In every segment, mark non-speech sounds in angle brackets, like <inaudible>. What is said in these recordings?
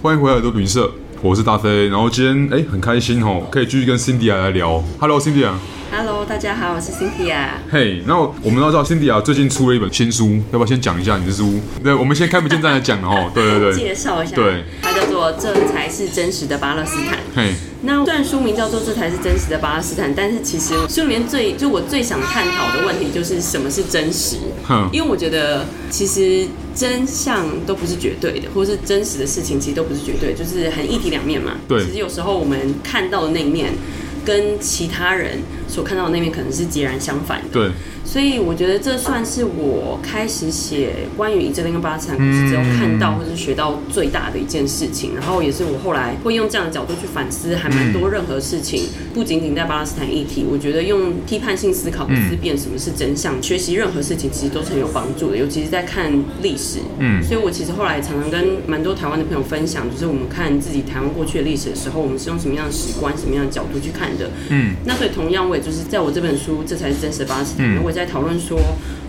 欢迎回来，都旅社，我是大飞。然后今天哎、很开心哦，可以继续跟 Cindy 来聊。Hello，Cindy 啊， Hello，大家好，我是 Cynthia。嘿、那我们要知道 Cindy 啊最近出了一本新书，要不要先讲一下你的书？对，我们先开门见山来讲哦。对对对，介绍一下，对，它叫做《这才是真实的巴勒斯坦》。嘿，那虽然书名叫做《这才是真实的巴勒斯坦》，但是其实书里面最就我最想探讨的问题就是什么是真实哼，因为我觉得其实真相都不是绝对的，或是真实的事情其实都不是绝对，就是很一体两面嘛。对其实有时候我们看到的那一面，跟其他人所看到的那一面可能是截然相反的。对，所以我觉得这算是我开始写关于以色列跟巴勒斯坦故事之后看到或是学到最大的一件事情，然后也是我后来会用这样的角度去反思，还蛮多任何事情，不仅仅在巴勒斯坦议题，我觉得用批判性思考去思辨什么是真相，学习任何事情其实都是很有帮助的，尤其是在看历史。嗯所以我其实后来常常跟蛮多台湾的朋友分享，就是我们看自己台湾过去的历史的时候，我们是用什么样的史观、什么样的角度去看的。嗯，那所以同样，我也就是在我这本书《这才是真实的巴勒斯坦》，嗯我也在讨论说，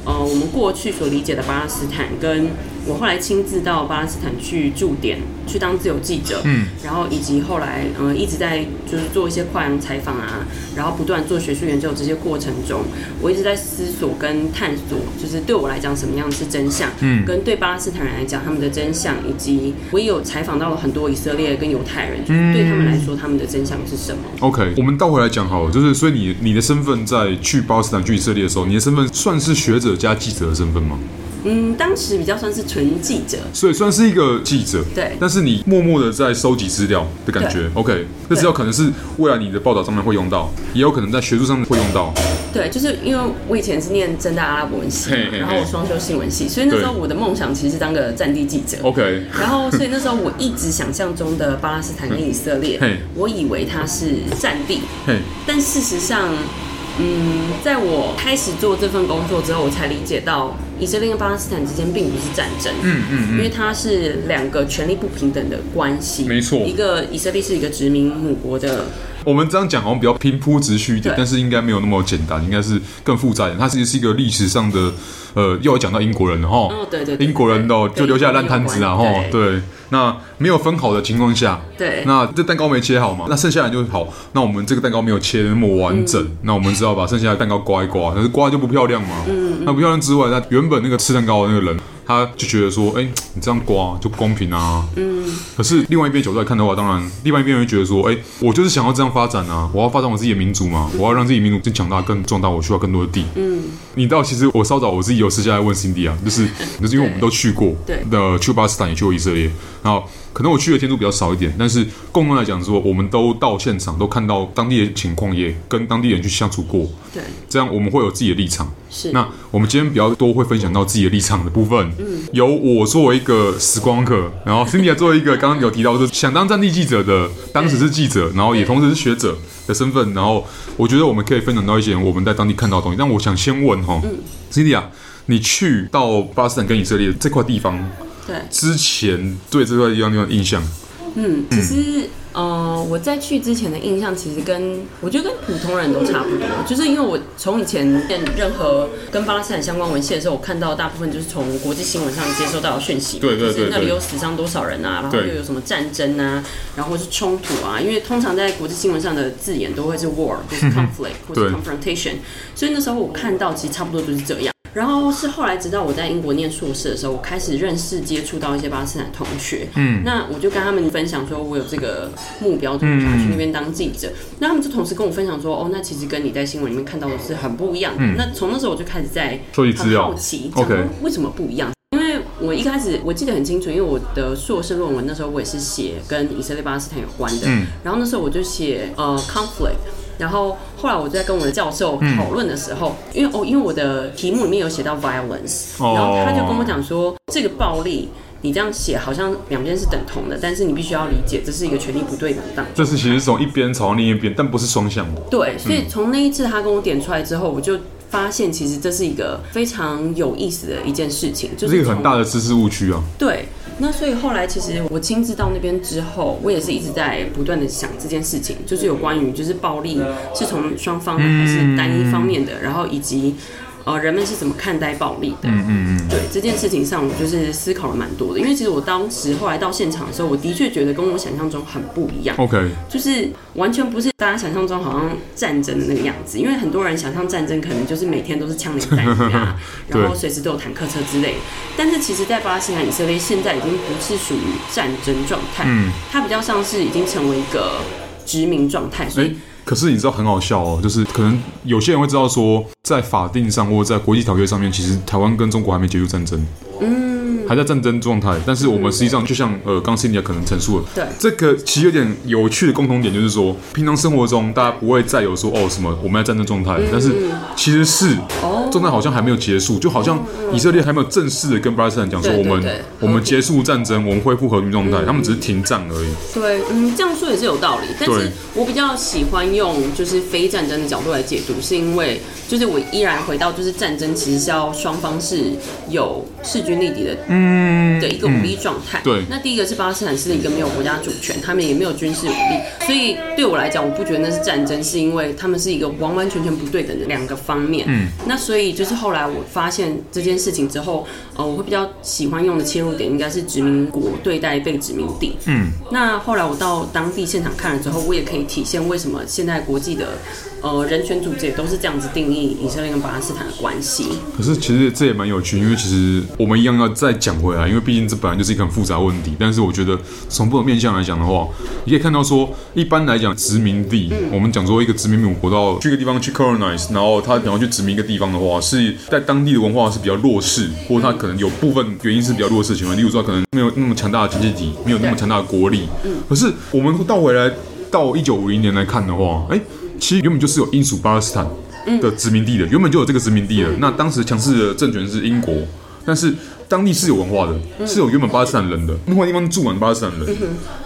呃，我们过去所理解的巴勒斯坦，跟我后来亲自到巴勒斯坦去驻点，去当自由记者，嗯，然后以及后来，呃，一直在就是做一些跨洋采访啊，然后不断做学术研究这些过程中，我一直在思索跟探索，就是对我来讲什么样是真相，嗯跟对巴勒斯坦人来讲他们的真相，以及我也有采访到了很多以色列跟犹太人，嗯就是对他们来说他们的真相是什么。 OK，我们倒回来讲好了，就是所以你你的身份在去巴勒斯坦、去以色列的时候，你的身份算是学者加记者的身份吗？嗯，当时比较算是纯记者，所以算是一个记者，对但是你默默的在收集资料的感觉，OK，这资料可能是未来你的报道上面会用到，也有可能在学术上面会用到，对，就是因为我以前是念真大阿拉伯文系嘛，嘿嘿嘿然后我双修新闻系，所以那时候我的梦想其实是当个战地记者。 OK， <laughs> 然后，所以那时候我一直想象中的巴勒斯坦跟以色列嘿，我以为它是战地，嘿，但事实上，嗯，在我开始做这份工作之后，我才理解到以色列跟巴勒斯坦之间并不是战争，嗯嗯因为它是两个权力不平等的关系，没错一个以色列是一个殖民母国的我们这样讲好像比较平铺直叙一点对，但是应该没有那么简单，应该是更复杂一点。它其实是一个历史上的，呃，又要讲到英国人了哈。哦对对对英国人哦，对就留下烂摊子啊哈跟英国。有关对，那没有分好的情况下，对那这蛋糕没切好嘛，那剩下来就好。那我们这个蛋糕没有切得那么完整，嗯那我们只好把剩下的蛋糕刮一刮，但是刮就不漂亮嘛。嗯那不漂亮之外，那原本那个吃蛋糕的那个人。他就觉得说，哎、你这样刮就不公平啊。嗯。可是另外一边角度来看的话，当然，另外一边人会觉得说，哎、我就是想要这样发展啊，我要发展我自己的民族嘛，我要让自己民族更强大、更壮大，我需要更多的地。嗯。你知道，其实我稍早我自己有私下来问 Cindy 啊，就是 <laughs> 就是因为我们都去过，对的去过巴基斯坦也去过以色列，然后可能我去的天数比较少一点，但是共同来讲说，我们都到现场都看到当地的情况，也跟当地人去相处过，对这样我们会有自己的立场。是那我们今天比较多会分享到自己的立场的部分，由我作为一个时光客，然后 Cindy 作为一个刚刚有提到就是想当战地记者的，当时是记者，然后也同时是学者的身份，然后我觉得我们可以分享到一些我们在当地看到的东西。但我想先问哈，Cindy 啊，你去到巴勒斯坦跟以色列这块地方对。之前，对这块地方地方的印象，嗯，其实呃，我在去之前的印象，其实跟我觉得跟普通人都差不多，就是因为我从以前念任何跟巴勒斯坦相关文献的时候，我看到大部分就是从国际新闻上接收到的讯息，对对对就是那里对有死伤多少人啊，然后对又有什么战争啊，然后或是冲突啊，因为通常在国际新闻上的字眼都会是 <laughs> war 或是 conflict 或对是 confrontation，所以那时候我看到其实差不多就是这样。然后是后来，直到我在英国念硕士的时候，我开始认识、接触到一些巴勒斯坦同学。嗯，那我就跟他们分享说，我有这个目标，就是想去那嗯边当记者。那他们就同时跟我分享说，哦，那其实跟你在新闻里面看到的是很不一样的。那从那时候我就开始在收集嗯资很料好奇， OK 想说为什么不一样？因为我一开始我记得很清楚，因为我的硕士论文那时候我也是写跟以色列巴勒斯坦有关的，嗯然后那时候我就写呃 conflict。然后后来我在跟我的教授嗯讨论的时候，因为哦，因为我的题目里面有写到 violence，、哦然后他就跟我讲说，这个暴力你这样写好像两边是等同的，但是你必须要理解这是一个权力不对等的当这是其实从一边朝另一边，但不是双向的。对，所以从那一次他跟我点出来之后，我就发现其实这是一个非常有意思的一件事情，就这是一个从很大的知识误区啊，对。那所以后来，其实我亲自到那边之后，我也是一直在不断的想这件事情，就是有关于就是暴力是从双方还是单一方面的，然后以及呃人们是怎么看待暴力的。嗯嗯嗯，对这件事情上，我就是思考了蛮多的，因为其实我当时后来到现场的时候，我的确觉得跟我想象中很不一样。 ，OK，就是完全不是大家想象中好像战争的那个样子，因为很多人想象战争可能就是每天都是枪林弹雨啊， <laughs> 对然后随时都有坦克车之类的。但是其实，在巴西和以色列现在已经不是属于战争状态，嗯，它比较像是已经成为一个殖民状态，所哎、以可是你知道很好笑哦，就是可能有些人会知道说，在法定上或者在国际条约上面，其实台湾跟中国还没结束战争，嗯，还在战争状态。但是我们实际上就像呃，刚 Cindy 可能陈述了，对这个其实有点有趣的共同点，就是说，平常生活中大家不会再有说哦什么我们在战争状态，嗯但是其实是哦状态好像还没有结束，就好像以色列还没有正式的跟巴勒斯坦讲说对嗯我对们对我和们平结束战争，我们恢复和平状态，他们只是停战而已。对，嗯，这样说也是有道理。但对是我比较喜欢用就是非战争的角度来解读，是因为就是我依然回到就是战争其实是要双方是有势均力敌的，嗯，的一个武力状态。对那第一个是巴勒斯坦是一个没有国家主权，他们也没有军事武力，所以对我来讲，我不觉得那是战争，是因为他们是一个完完全全不对等的两个方面。嗯，那所以就是后来我发现这件事情之后，呃，我会比较喜欢用的切入点应该是殖民国对待被殖民地。嗯，那后来我到当地现场看了之后，我也可以体现为什么现在国际的呃人权组织也都是这样子定义以色列跟巴勒斯坦的关系。可是其实这也蛮有趣，因为其实我们一样要再讲回来，因为毕竟这本来就是一个很复杂的问题。但是我觉得从不同面向来讲的话，你可以看到说，一般来讲殖民地，我们讲说一个殖民民国到去一个地方去 colonize，然后他想要去殖民一个地方的话，是在当地的文化是比较弱势，或者他可能有部分原因是比较弱势的情况，例如说他可能没有那么强大的经济体，没有那么强大的国力。可是我们倒回来到一九五零年来看的话，哎、其实原本就是有英属巴勒斯坦的殖民地的，原本就有这个殖民地的。那当时强势的政权是英国，但是当地是有文化的，是有原本巴勒斯坦人的，那块地方住满巴勒斯坦人。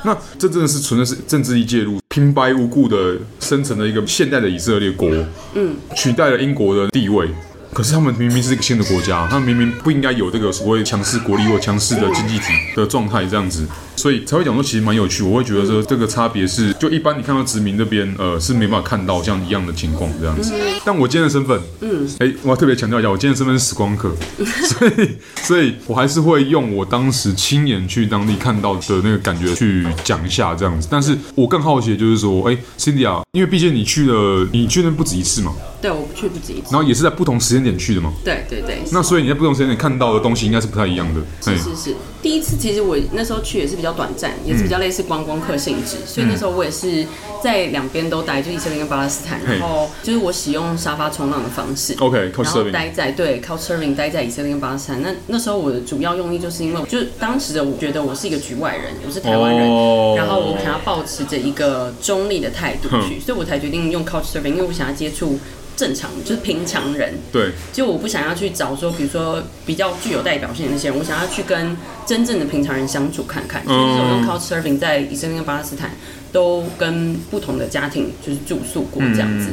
那这真的是纯粹是政治力介入，平白无故的生成了一个现代的以色列国，嗯，取代了英国的地位。可是他们明明是一个新的国家，他们明明不应该有这个所谓强势国力或强势的经济体的状态这样子，所以才会讲说其实蛮有趣。我会觉得说这个差别是，就一般你看到殖民这边，呃，是没办法看到像一样的情况这样子。但我今天的身份，嗯，哎，我要特别强调一下，我今天的身份是时光客，所以，所以我还是会用我当时亲眼去当地看到的那个感觉去讲一下这样子。但是我更好奇的就是说，哎，Cindy 啊，因为毕竟你去了，你去那不止一次嘛，对，我不去不止一次。然后也是在不同时间点去的嘛。对对对，那所以你在不同时间点看到的东西应该是不太一样的。是哎是是，第一次其实我那时候去也是比较短暂，也嗯是比较类似观光客性质，所以那时候我也是在两边都待，就以色列跟巴勒斯坦，嘿哦然后就是我使用沙发冲浪的方式。 OK，靠然后 serving，待在对 c o u c h s e r v i n g 待在以色列跟巴勒斯坦。那那时候我的主要用意就是因为，就是当时的我觉得我是一个局外人，我是台湾人，哦然后我想要保持着一个中立的态度去，所以我才决定用 c o u c h s e r v i n g 因为我想要接触正常，就是平常人。对，就我不想要去找说，比如说比较具有代表性的那些人，我想要去跟真正的平常人相处看看。所以那时候用 Couchsurfing 在以色列跟巴勒斯坦都跟不同的家庭就是住宿过这样子。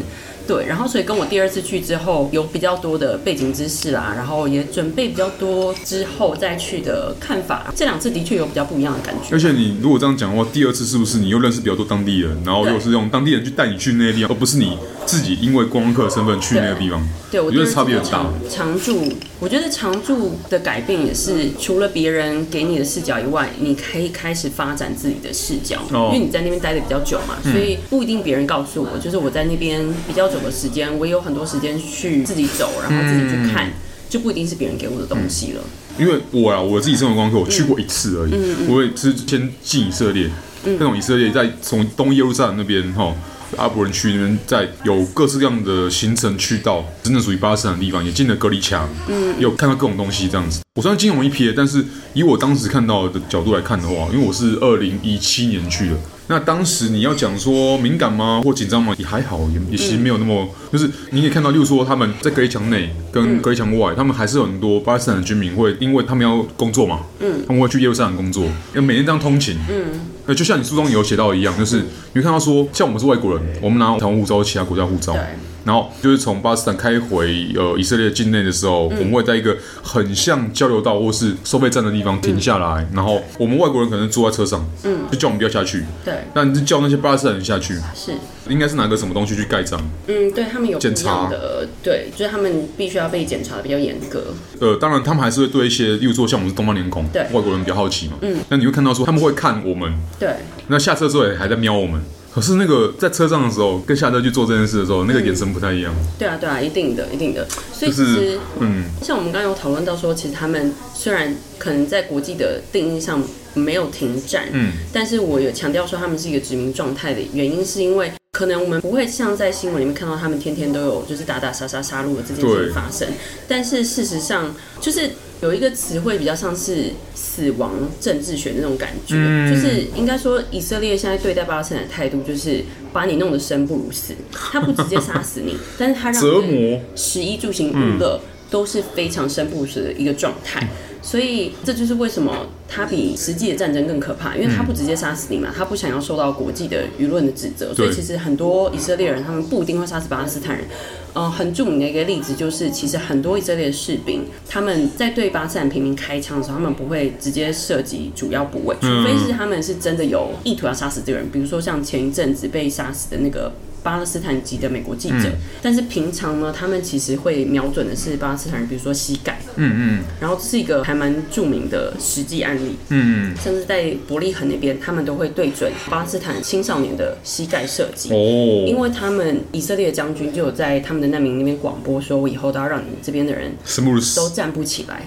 对，然后所以跟我第二次去之后，有比较多的背景知识啦，然后也准备比较多之后再去的看法。这两次的确有比较不一样的感觉而。且你如果这样讲的话，第二次是不是你又认识比较多当地人，然后又是用当地人去带你去那些地方，而不是你自己因为观光客的身份去那个地方？对，我我觉第二得次差别的很大。常常住，我觉得常住的改变也是除了别人给你的视角以外，你可以开始发展自己的视角，哦嗯因为你在那边待的比较久嘛，所以不一定别人告诉我，就是我在那边比较久的时间，我也有很多时间去自己走，然后自己去嗯看。就不一定是别人给我的东西了，因为我啊，我自己身为观光客，我去过一次而已。我也是先进以色列，那种以色列在从东耶路撒冷那边哈。阿伯人区那边，在有各式各样的行程渠道，真的属于巴勒斯坦的地方，也进了隔离墙，嗯，有看到各种东西这样子。我虽然金融一瞥，但是以我当时看到的角度来看的话，因为我是二零一七年去的，那当时你要讲说敏感吗，或紧张吗，也还好，也也其实没有那么，就是你可以看到，例如说他们在隔离墙内跟隔离墙外，他们还是有很多巴勒斯坦的居民会，因为他们要工作嘛，嗯，他们会去耶路撒冷工作，因为每天这样通勤，嗯。那就像你书中有写到一样，就是你会看到说，像我们是外国人，我们拿台湾护照、其他国家护照对，然然后就是从巴勒斯坦开回呃以色列境内的时候，我们会在一个很像交流道或是收费站的地方停下来，然后我们外国人可能坐在车上，嗯，就叫我们不要下去，对，那你就叫那些巴勒斯坦人下去，是，应该是拿个什么东西去盖章。嗯，对他们有不检一样查的，对，就是他们必须要被检查的比较严格，呃，当然他们还是会对一些，例如说像我们是东方脸孔，对外国人比较好奇嘛，嗯，那你会看到说他们会看我们，对，那下车之后也还在瞄我们。可是那个在车上的时候，跟下车去做这件事的时候，那个眼神不太一样，对啊，对啊，一定的，一定的，所以就其实是。嗯，像我们刚刚有讨论到说，其实他们虽然可能在国际的定义上没有停战，嗯，但是我有强调说他们是一个殖民状态的原因，是因为可能我们不会像在新闻里面看到他们天天都有就是打打杀杀杀戮的这件事对情发生，但是事实上就是。有一个词汇比较像是死亡政治学的那种感觉，嗯就是应该说以色列现在对待巴勒斯坦的态度就是把你弄得生不如死，他不直接杀死你，但是他 <laughs> 让折你磨，食衣住行娱乐、都是非常生不如死的一个状态。所以这就是为什么它比实际的战争更可怕，因为它不直接杀死你嘛，它不想要受到国际的舆论的指责。所以对其实很多以色列人他们不一定会杀死巴勒斯坦人。呃，很著名的一个例子就是，其实很多以色列的士兵他们在对巴勒斯坦平民开枪的时候，他们不会直接射击主要部位，除非是他们是真的有意图要杀死这个人，比如说像前一阵子被杀死的那个巴勒斯坦籍的美国记者，嗯但是平常呢，他们其实会瞄准的是巴勒斯坦人，比如说膝盖，嗯嗯然后这是一个还蛮著名的实际案例，嗯，甚至在伯利恒那边，他们都会对准巴勒斯坦青少年的膝盖射击。因哦，为他们以色列的将军就有在他们的难民那边广播说，我以后都要让你这边的人什么如都死，站不起来，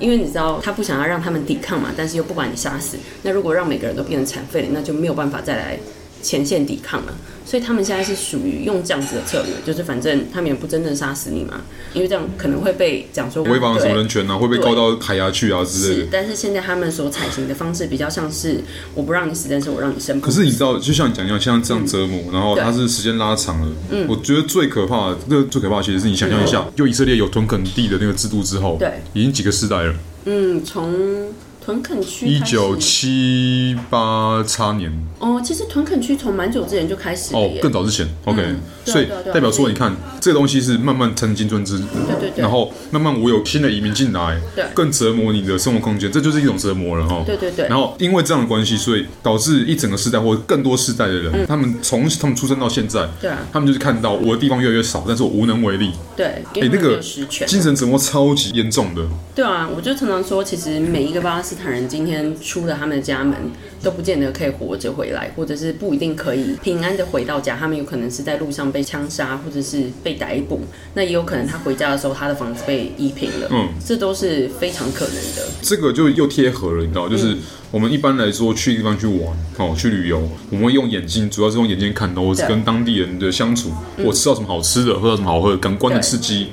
因为你知道他不想要让他们抵抗嘛，但是又不把你杀死。那如果让每个人都变成残废了，那就没有办法再来前线抵抗了。所以他们现在是属于用这样子的策略，就是反正他们也不真正杀死你嘛，因为这样可能会被讲说违反了什么人权呢、啊？会被对告到海牙去啊之类是的。，但是现在他们所采行的方式比较像是我不让你死，但是我让你生。可是你知道，就像你讲一样，像这样折磨，然后嗯对它是时间拉长了。嗯，我觉得最可怕的，这个最可怕的其实是你想象一下，就以色列有屯垦地的那个制度之后，嗯对，已经几个世代了，嗯，从屯垦区一开始九七八叉年哦，其实屯垦区从蛮久之前就开始了哦耶，，更早之前，OK，、对啊所以对啊对啊代表说，所以你看这个东西是慢慢成金尊之，对对对然后慢慢我有新的移民进来，对更折磨你的生活空间，这就是一种折磨了哈，对对对然后因为这样的关系，所以导致一整个世代或者更多世代的人，他们从他们出生到现在，嗯对啊他们就是看到我的地方越来越少，但是我无能为力，对，因哎为那他们个有实权。精神折磨超级严重的，对啊，我就常常说，其实每一个巴勒斯坦人今天出了他们的家门，都不见得可以活着回来，或者是不一定可以平安的回到家。他们有可能是在路上被枪杀，或者是被逮捕，那也有可能他回家的时候，他的房子被夷平了，嗯，这都是非常可能的。这个就又贴合了，你知道，就是嗯我们一般来说去地方去玩，哦，去旅游，我们会用眼睛，主要是用眼睛看到，我是对嗯跟当地人的相处，我吃到什么好吃的，喝到什么好喝的，感官的对嗯刺激。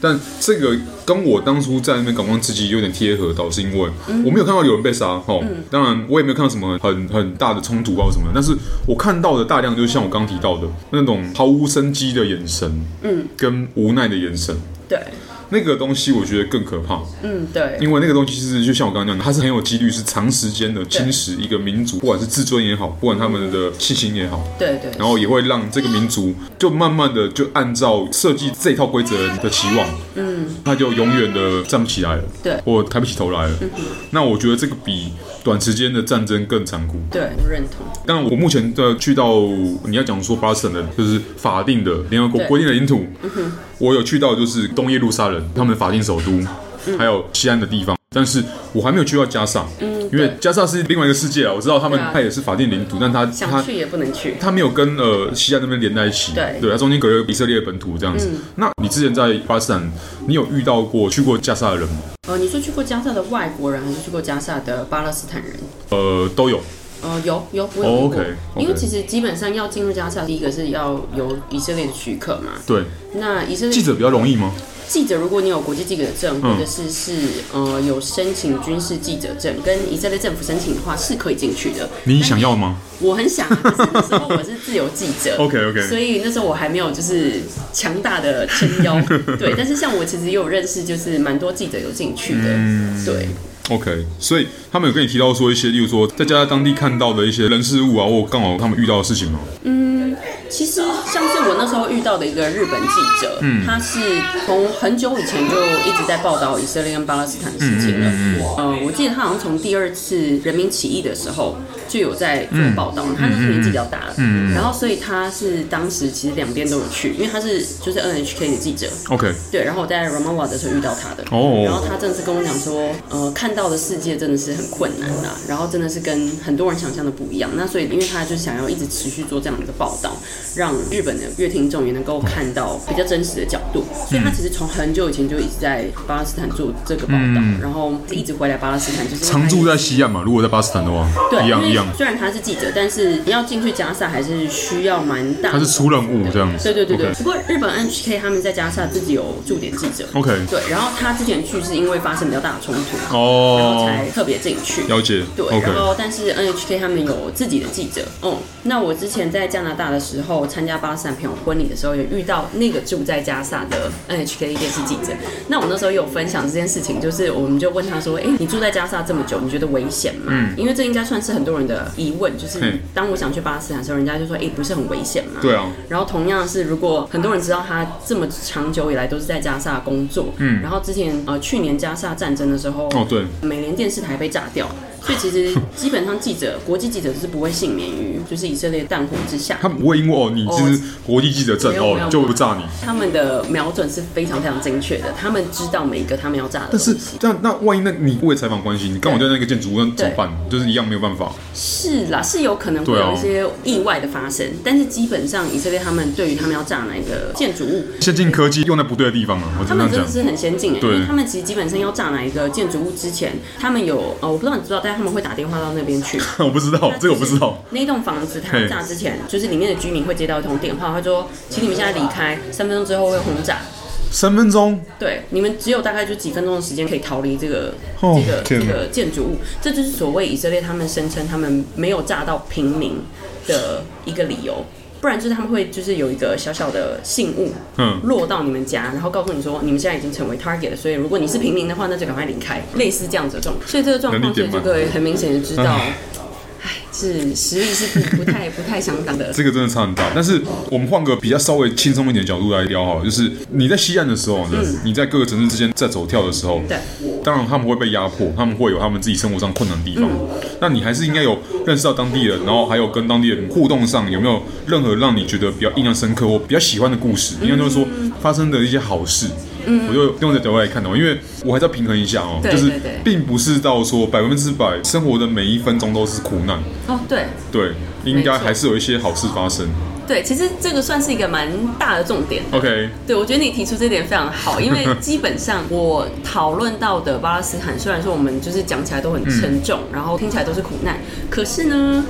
但这个跟我当初在那边感官刺激有点贴合到，是因为嗯我没有看到有人被杀，哦，当然我也没有看到什么很很大的冲突啊或什么的，但是我看到的大量就是像我刚刚提到的那种毫无生机的眼神，嗯，跟无奈的眼神，对，那个东西我觉得更可怕。嗯，对，因为那个东西是就像我刚刚讲的，它是很有几率是长时间的侵蚀一个民族，不管是自尊也好，不管他们的信心也好，对对，然后也会让这个民族就慢慢的就按照设计这套规则的期望，嗯，他就永远的站不起来了，对或抬不起头来了。那我觉得这个比短时间的战争更残酷。对，我认同。当然，我目前的去到你要讲说巴勒斯坦的，就是法定的联合国对嗯规定的领土，我有去到就是东耶路撒冷，他们的法定首都，嗯还有西安的地方。但是我还没有去到加萨，因为嗯对加萨是另外一个世界啊。我知道他们对啊它也是法定领土，但它想它去也不能去。它没有跟呃西安那边连在一起，对嗯它中间隔了以色列的本土这样子。那你之前在巴勒斯坦，你有遇到过去过加萨的人吗？呃，你说去过加沙的外国人，还是去过加沙的巴勒斯坦人？呃，都有，呃，有有，我有遇过。哦 OK，OK 因为其实基本上要进入加沙，第一个是要有以色列的许可嘛。对，那以色列嗯记者比较容易吗？记者，如果你有国际记者证，嗯或者是是呃有申请军事记者证，跟以色列政府申请的话，是可以进去的。你想要吗。我很想啊，可是那时候我是自由记者？OK，OK， <laughs> 所以那时候我还没有就是强大的撑 <laughs> 腰，对。但是像我其实也有认识，就是蛮多记者有进去的，嗯对。 OK，所以他们有跟你提到说一些，例如说在加拿大当地看到的一些人事物啊，或刚好他们遇到的事情吗？其实像是我那时候遇到的一个日本记者，他是从很久以前就一直在报道以色列跟巴勒斯坦的事情了。呃，我记得他好像从第二次人民起义的时候就有在做报道，他那时候年纪比较大了，然后所以他是当时其实两边都有去，因为他是就是 NHK 的记者， OK，对，然后我在 Ramallah 的时候遇到他的，哦然后他真的是跟我讲说，呃，看到的世界真的是很困难啦、然后真的是跟很多人想象的不一样。那所以，因为他就想要一直持续做这样的一个报道，让日本的乐听众也能够看到比较真实的角度。所以他其实从很久以前就一直在巴勒斯坦做这个报道，嗯然后一直回来巴勒斯坦，就是因为常他住在西岸嘛，如果在巴基斯坦的话，对，一因样为一样，虽然他是记者，但是你要进去加萨还是需要蛮大它的是出任务这样子。对对对对。 OK 不过日本 NHK 他们在加沙自己有驻点记者。 OK 对，然后他之前去是因为发生比较大的冲突，然后哦，才特别进去。了解。对 OK，然后但是 NHK 他们有自己的记者，嗯，那我之前在加拿大的时候参加巴勒斯坦朋友婚礼的时候，有遇到那个住在加萨的 NHK 电视记者。那我那时候有分享这件事情，就是我们就问他说，哎、你住在加萨这么久，你觉得危险吗？因为这应该算是很多人的疑问，就是嗯嘿当我想去巴勒斯坦的时候，人家就说，哎、不是很危险吗？对啊，然后同样是，如果很多人知道他这么长久以来都是在加萨工作，嗯，然后之前呃去年加萨战争的时候，哦对，美联电视台被炸掉，所以 <laughs> 其实基本上记者国际记者是不会幸免于就是以色列弹火之下他。们不会因为哦你就是国际记者证没有没哦有就不炸你。他们的瞄准是非常非常精确的，他们知道每一个他们要炸的但东是西。这样，那万一那你为采访关系，你刚好在那个建筑物，那怎么办？就是一样没有办法。是啦，是有可能会对啊有一些意外的发生，但是基本上以色列他们对于他们要炸哪一个建筑物，先进科技用在不对的地方啊，我只他能们这真样的讲。是很先进哎，因对为他们其实基本上要炸哪一个建筑物之前，他们有呃，我不知道你知不知道，但他们会打电话到那边去。 <laughs> 我不知道哦这个我不知道。。那栋房子它嘿炸之前，就是里面的居民会接到一通电话，他说：“请你们现在离开，三分钟之后会轰炸。三分钟，对，你们只有大概就几分钟的时间可以逃离这个、哦这个这天哪个建筑物。这就是所谓以色列他们声称他们没有炸到平民的一个理由。”不然就是他们会就是有一个小小的信物，嗯落到你们家，然后告诉你说你们现在已经成为 target 了，所以如果你是平民的话，那就赶快离开，类似这样子的状况。所以这个状能况，理所解以吗就可以很明显的知道，唉唉，是实力是不不太不太相当的。这个真的差很大。但是我们换个比较稍微轻松一点的角度来聊好了，就是你在西岸的时候呢，你在各个城市之间在走跳的时候，嗯对，当然他们会被压迫，他们会有他们自己生活上困难的地方。嗯那你还是应该有认识到当地人，然后还有跟当地人互动上有没有任何让你觉得比较印象深刻或比较喜欢的故事？嗯应该就是说发生的一些好事。我就用这角度来看的话，因为我还是要平衡一下哦，对就是对对并不是到说百分之百生活的每一分钟都是苦难，哦，对对，应该没错还是有一些好事发生。对，其实这个算是一个蛮大的重点。 OK，对，我觉得你提出这点非常 <laughs> 好，因为基本上我讨论到的巴勒斯坦，虽然说我们就是讲起来都很沉重，嗯然后听起来都是苦难，可是呢，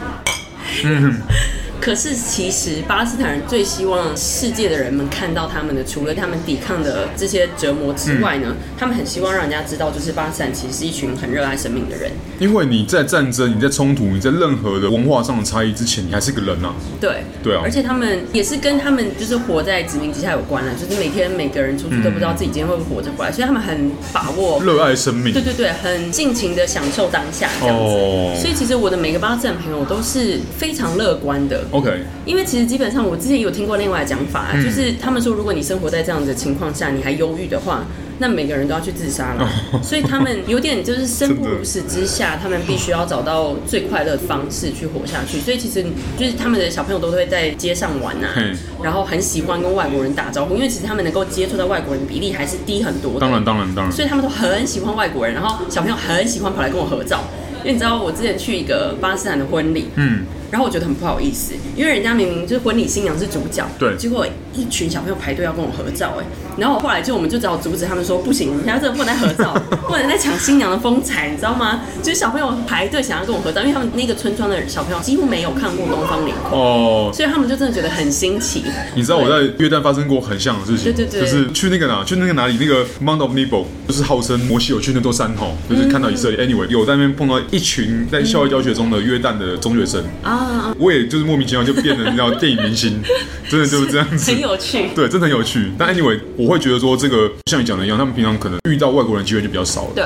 嗯 <laughs> 可是其实巴勒斯坦人最希望世界的人们看到他们的，除了他们抵抗的这些折嗯磨之外呢，他们很希望让人家知道，就是巴勒斯坦其实是一群很热爱生命的人。因为你在战争、你在冲突、你在任何的文化上的差异之前，你还是个人呐、对，对啊而且他们也是跟他们就是活在殖民之下有关了，就是每天每个人出去都不知道自己今天会不会活着回来，所以他们很把握热爱生命对。对对，很尽情的享受当下这样子。哦所以其实我的每个巴勒斯坦朋友都是非常乐观的。 OK，因为其实基本上我之前有听过另外的讲法，啊嗯就是他们说，如果你生活在这样的情况下，你还忧郁的话，那每个人都要去自杀了。哦所以他们有点就是生不如死之下，他们必须要找到最快乐的方式去活下去。所以其实就是他们的小朋友都会在街上玩啊嘿，然后很喜欢跟外国人打招呼，因为其实他们能够接触到外国人的比例还是低很多的。当然当然当然。所以他们都很喜欢外国人，然后小朋友很喜欢跑来跟我合照。因为你知道，我之前去一个巴基斯坦的婚礼，嗯，然后我觉得很不好意思，因为人家明明就是婚礼新娘是主角，对结果一群小朋友排队要跟我合照，哎，然后我后来就我们就只好阻止他们说，不行，人家这不能合照， <laughs> 不能再抢新娘的风采，你知道吗？就是小朋友排队想要跟我合照，因为他们那个村庄的小朋友几乎没有看过东方脸孔，哦，所以他们就真的觉得很新奇。你知道我在约旦发生过很像的事情，对对对就是去那个哪，去那个哪里，那个 Mount of Nebo，就是号称摩西有去那座山吼，就是嗯看到以色列。Anyway，有在那边碰到一群在校外教学中的约旦的中学生，啊啊，我也就是莫名其妙就变成叫电影明 <laughs> 星，真的就是这样子很。有趣。对，真的很有趣。但 anyway，我会觉得说这个像你讲的一样，他们平常可能遇到外国人的机会就比较少了。对，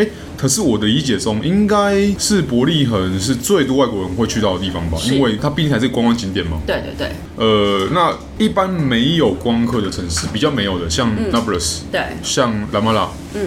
哎，可是我的理解中，应该是伯利恒是最多外国人会去到的地方吧，是因为它毕竟还是观光景点嘛。对对对呃，那一般没有观光客的城市，比较没有的，像 Nablus，、对，像拉马拉，嗯，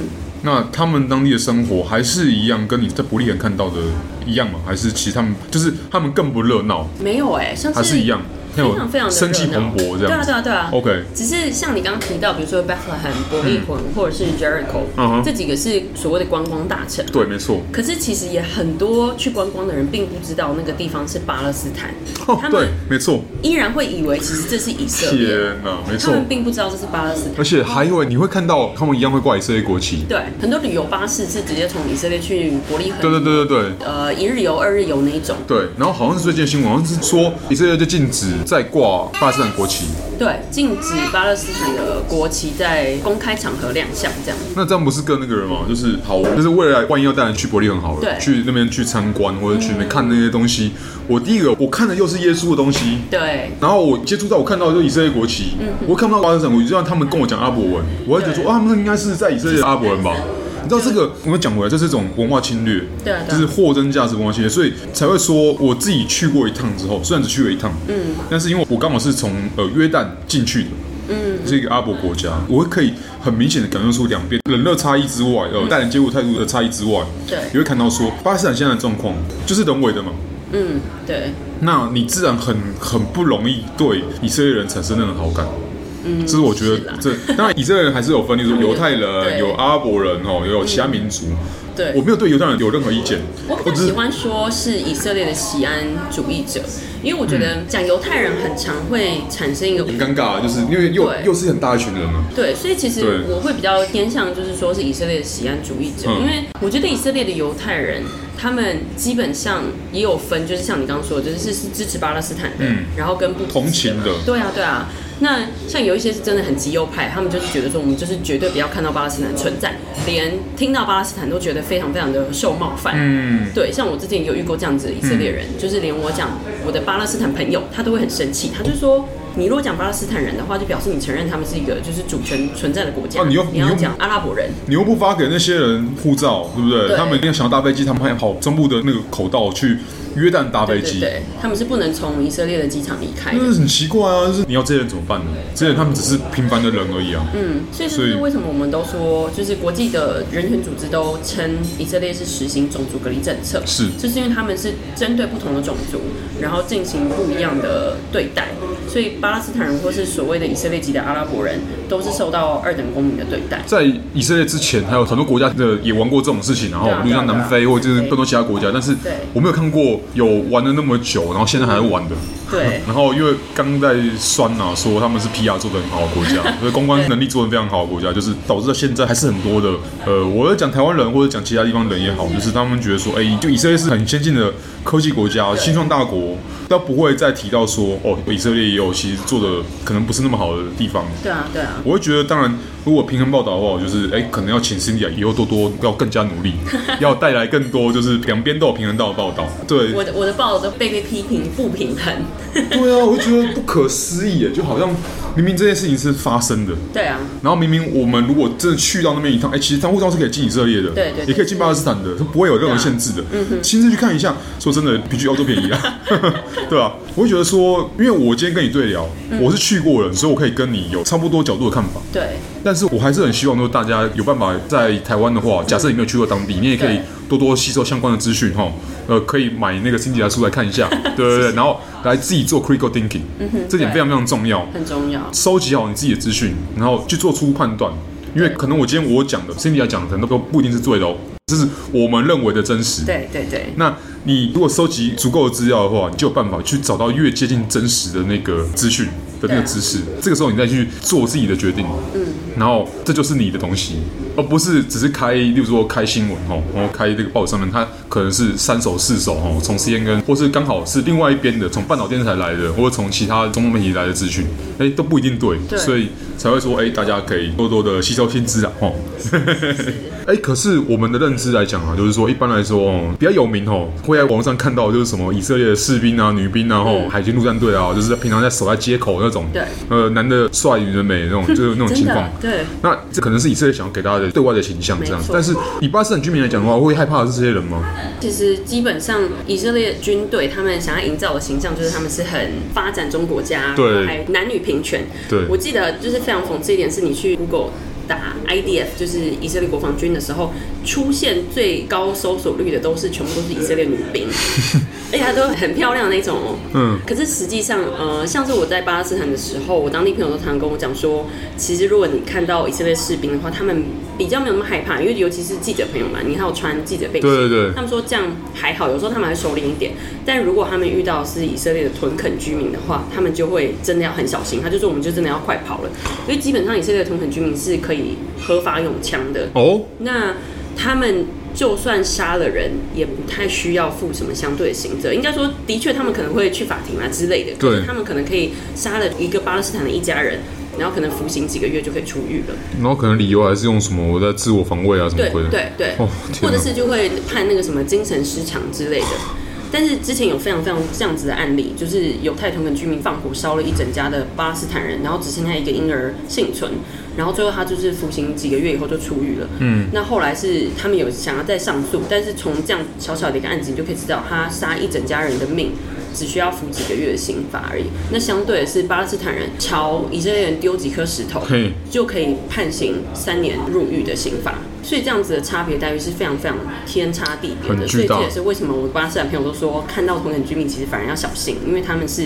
那他们当地的生活还是一样，跟你在伯利恒看到的一样吗？还是其实他们就是他们更不热闹，没有哎、像还是一样，很非常非常有嗯的生气热闹蓬勃这对啊样对子。哦啊对啊。 OK，只是像你刚刚提到，比如说 Bethlehem、伯利恒、或者是 Jericho，、嗯哼这几个是所谓的观光大城。对，没错。可是其实也很多去观光的人并不知道那个地方是巴勒斯坦，哦 <laughs> 他，对们，没错。依然会以为其实这是以色列，天哪，没他错。们哦并不知道这是巴勒斯而坦。且还以为你会看到他们一样会挂以色列国旗。对，很多旅游巴士是直接从以色列去伯利恒，对对对对对。呃，一日游、二日游那一种。对，然后好像是最近的新闻，好像是说以色列就禁止再挂巴勒斯坦国旗，对，禁止巴勒斯坦的国旗在公开场合亮相，这样。那这样不是更那个人吗？就是好，就是未来万一要带人去伯利恒好了，对去那边去参观或者去那边看那些东西。我第一个我看的又是耶稣的东西，对，嗯然后我接触到我看到的就是以色列国旗，我看不到巴勒斯坦国旗，就让他们跟我讲阿拉伯文，我会觉得说对啊，他们应该是在以色列的阿拉伯人吧。你知道这个，我们讲回来，这是一种文化侵略，对啊对啊就是货真价实文化侵略，所以才会说我自己去过一趟之后，虽然只去了一趟，嗯，但是因为我刚好是从呃约旦进去的，嗯，是一个阿拉伯国家，我会可以很明显的感受出两边人的差异之外，呃，待人接物态度的差异之外，嗯对你会看到说巴勒斯坦现在的状况就是人为的嘛，嗯，对，那你自然很很不容易对以色列人产生那种好感。嗯，这是我觉得是啦这当然以色列人还是有分，例如犹太人、 <laughs> 对有阿拉伯人哦，也有其他民族。对我没有对犹太人有任何意见，我比较喜欢说是以色列的喜安主义者，因为我觉嗯得讲犹太人很常会产生一个很尴尬，就是因为又对又是很大一群人了。对，所以其对实我会比较偏向就是说是以色列的喜安主义者，嗯因为我觉得以色列的犹太人，他们基本上也有分，就是像你刚刚说的，就是是支持巴勒斯坦的，嗯然后跟不支持同情的对啊对啊。那像有一些是真的很极右派，他们就是觉得说我们就是绝对不要看到巴勒斯坦存在，连听到巴勒斯坦都觉得非常非常的受冒犯。嗯，对，像我之前有遇过这样子的以色列人，就是连我讲我的巴勒斯坦朋友，他都会很生气，他就说。你如果讲巴勒斯坦人的话，就表示你承认他们是一个就是主权存在的国家。哦你又你要又讲阿拉伯人，你又不发给那些人护照，对不对？对他们一定要想要搭飞机，他们还跑中部的那个口道去约旦搭飞对机对，对，他们是不能从以色列的机场离开的。那是很奇怪啊！就是你要这些人怎么办呢？这些人他们只是平凡的人而已啊。嗯，所以这所以是为什么我们都说，就是国际的人权组织都称以色列是实行种族隔离政策，是就是因为他们是针对不同的种族，然后进行不一样的对待，所以巴勒斯坦人或是所谓的以色列籍的阿拉伯人，都是受到二等公民的对 <laughs> 待。在以色列之前，还有很多国家的也玩过这种事情，然后对啊比如像南非或者是更多其他国家，但是对我没有看过有玩了那么久，然后现在还在玩的。对然后因为刚在酸啊，说他们是 PR 做的很好的国 <laughs> 家，所以公关能力做的非常好的国家，就是导致到现在还是很多的。呃，我在讲台湾人或者讲其他地方人也嗯好，就是他们觉得说，哎、就以色列是很先进的科技国家、新创大国，但不会再提到说，哦，以色列也有其实做的可能不是那么好的地方。对啊，对啊，我会觉得，当然，如果平衡报道的话，我就是哎、可能要请 Cindy 啊以后多多要更加 <laughs> 努力，要带来更多就是两边都有平衡到的报道。对，我的我的报道都被被批评不平衡， <laughs> 对啊，我就觉得不可思议耶，就好像明明这件事情是发生的，对啊，然后明明我们如果真的去到那边一趟，哎、其实当护照是可以进以色列的，对对对嗯也可以进巴勒斯坦的，它不会有任何限制的。亲自去看一下，说真的，比去欧洲便宜 <laughs> 啊，对啊，我会觉得说，因为我今天跟你对聊，嗯我是去过人，所以我可以跟你有差不多角度的看法。对但是我还是很希望说大家有办法在台湾的话，假设你没有去过当地，你也可以对多多吸收相关的资讯哈。呃，可以买那个辛迪的书来看一下，对嗯对对，然后来自己做 critical thinking，、这点非常非常重要。很重要。收集好你自己的资讯，然后去做出判断，因为可能我今天我讲的辛迪讲的可能都不一定是对的哦，这是我们认为的真实。对对对，那你如果收集足够的资料的话，你就有办法去找到越接近真实的那个资讯的那个知识。这个时候你再去做自己的决定，嗯，然后这就是你的东西，而不是只是开，例如说开新闻哦，然后开这个报纸上面，它可能是三手四手哦，从 CNN 或是刚好是另外一边的，从半岛电视台来的，或者从其他中东媒体来的资讯，哎，都不一定对，对所以才会说，哎，大家可以多多的吸收新知啊，哦。哎、可是我们的认知来讲啊，就是说一般来说哦，比较有名哦，会在网上看到就是什么以色列的士兵啊、女兵啊、吼、海军陆战队啊，就是平常在守在街口那种，嗯对 <laughs> 呃，男的帅，女的美那种，就是那种真的情况。对对，那这可能是以色列想要给大家的对外的形象这样没子错。但是以巴基斯坦居民来讲的话，会害怕的是这些人吗？其实基本上以色列军队他们想要营造的形象就是他们是很发展中国家，对然后还有男女平权。对我记得就是非常讽刺一点是，你去 Google 打 IDF，就是以色列国防军的时候，出现最高搜索率的都是全部都是以色列女兵， <laughs> 而且她都很漂亮的那种哦。嗯，可是实际上，呃，像是我在巴勒斯坦的时候，我当地朋友都常常跟我讲说，其实如果你看到以色列士兵的话，他们比较没有那么害怕，因为尤其是记者朋友嘛，你还有穿记者背心，对对对他们说这样还好，有时候他们还收敛一点。但如果他们遇到是以色列的屯垦居民的话，他们就会真的要很小心，他就说我们就真的要快跑了，因为基本上以色列的屯垦居民是可以合法用枪的，哦，那他们就算杀了人，也不太需要负什么相对的刑责。应该说，的确他们可能会去法庭啊之类的，对可是他们可能可以杀了一个巴勒斯坦的一家人，然后可能服刑几个月就可以出狱了。然后可能理由还是用什么我在自我防卫啊什么对鬼的。对对，哦或天者哪是就会判那个什么精神失常之类的。但是之前有非常非常这样子的案例，就是犹太同等居民放火烧了一整家的巴勒斯坦人，然后只剩下一个婴儿幸存，然后最后他就是服刑几个月以后就出狱了。嗯，那后来是他们有想要再上诉，但是从这样小小的一个案子，你就可以知道他杀一整家人的命。只需要服几个月的刑罚而已。那相对的是，巴勒斯坦人朝以色列人丢几颗石头，嘿，就可以判刑三年入狱的刑罚。所以这样子的差别待遇是非常非常天差地别很的。所巨以大这也是为什么我巴基斯坦朋友都说，看到同等居民其实反而要小心，因为他们是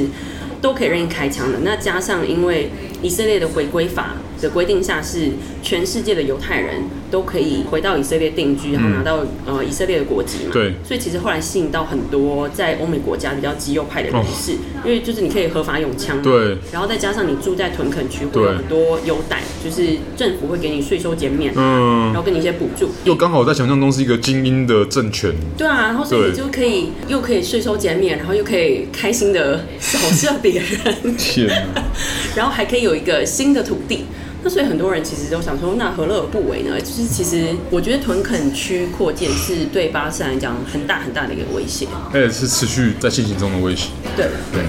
都可以任意开枪的。那加上因为以色列的回归法的规定下，是全世界的犹太人都可以回到以色列定居，然后拿到、呃以色列的国籍嗯嘛。对哦所以其实后来吸引到很多在欧美国家比较极右派的人士，因为就是你可以合法用枪嘛。对然后再加上你住在屯垦区，会对有很多优待，就是政府会给你税收减免，嗯然，后给你一些补助。又刚好在想象中是一个精英的政权，对啊，然后所以你对就可以又可以税收减免，然后又可以开心的扫射别人， <laughs> 天哪！然后还可以有一个新的土地。那所以很多人其实都想说，那何乐而不为呢？就是其实我觉得屯垦区扩建是对巴士来讲很大很大的一个威胁。哎而且是持续在进行中的威胁。对，对，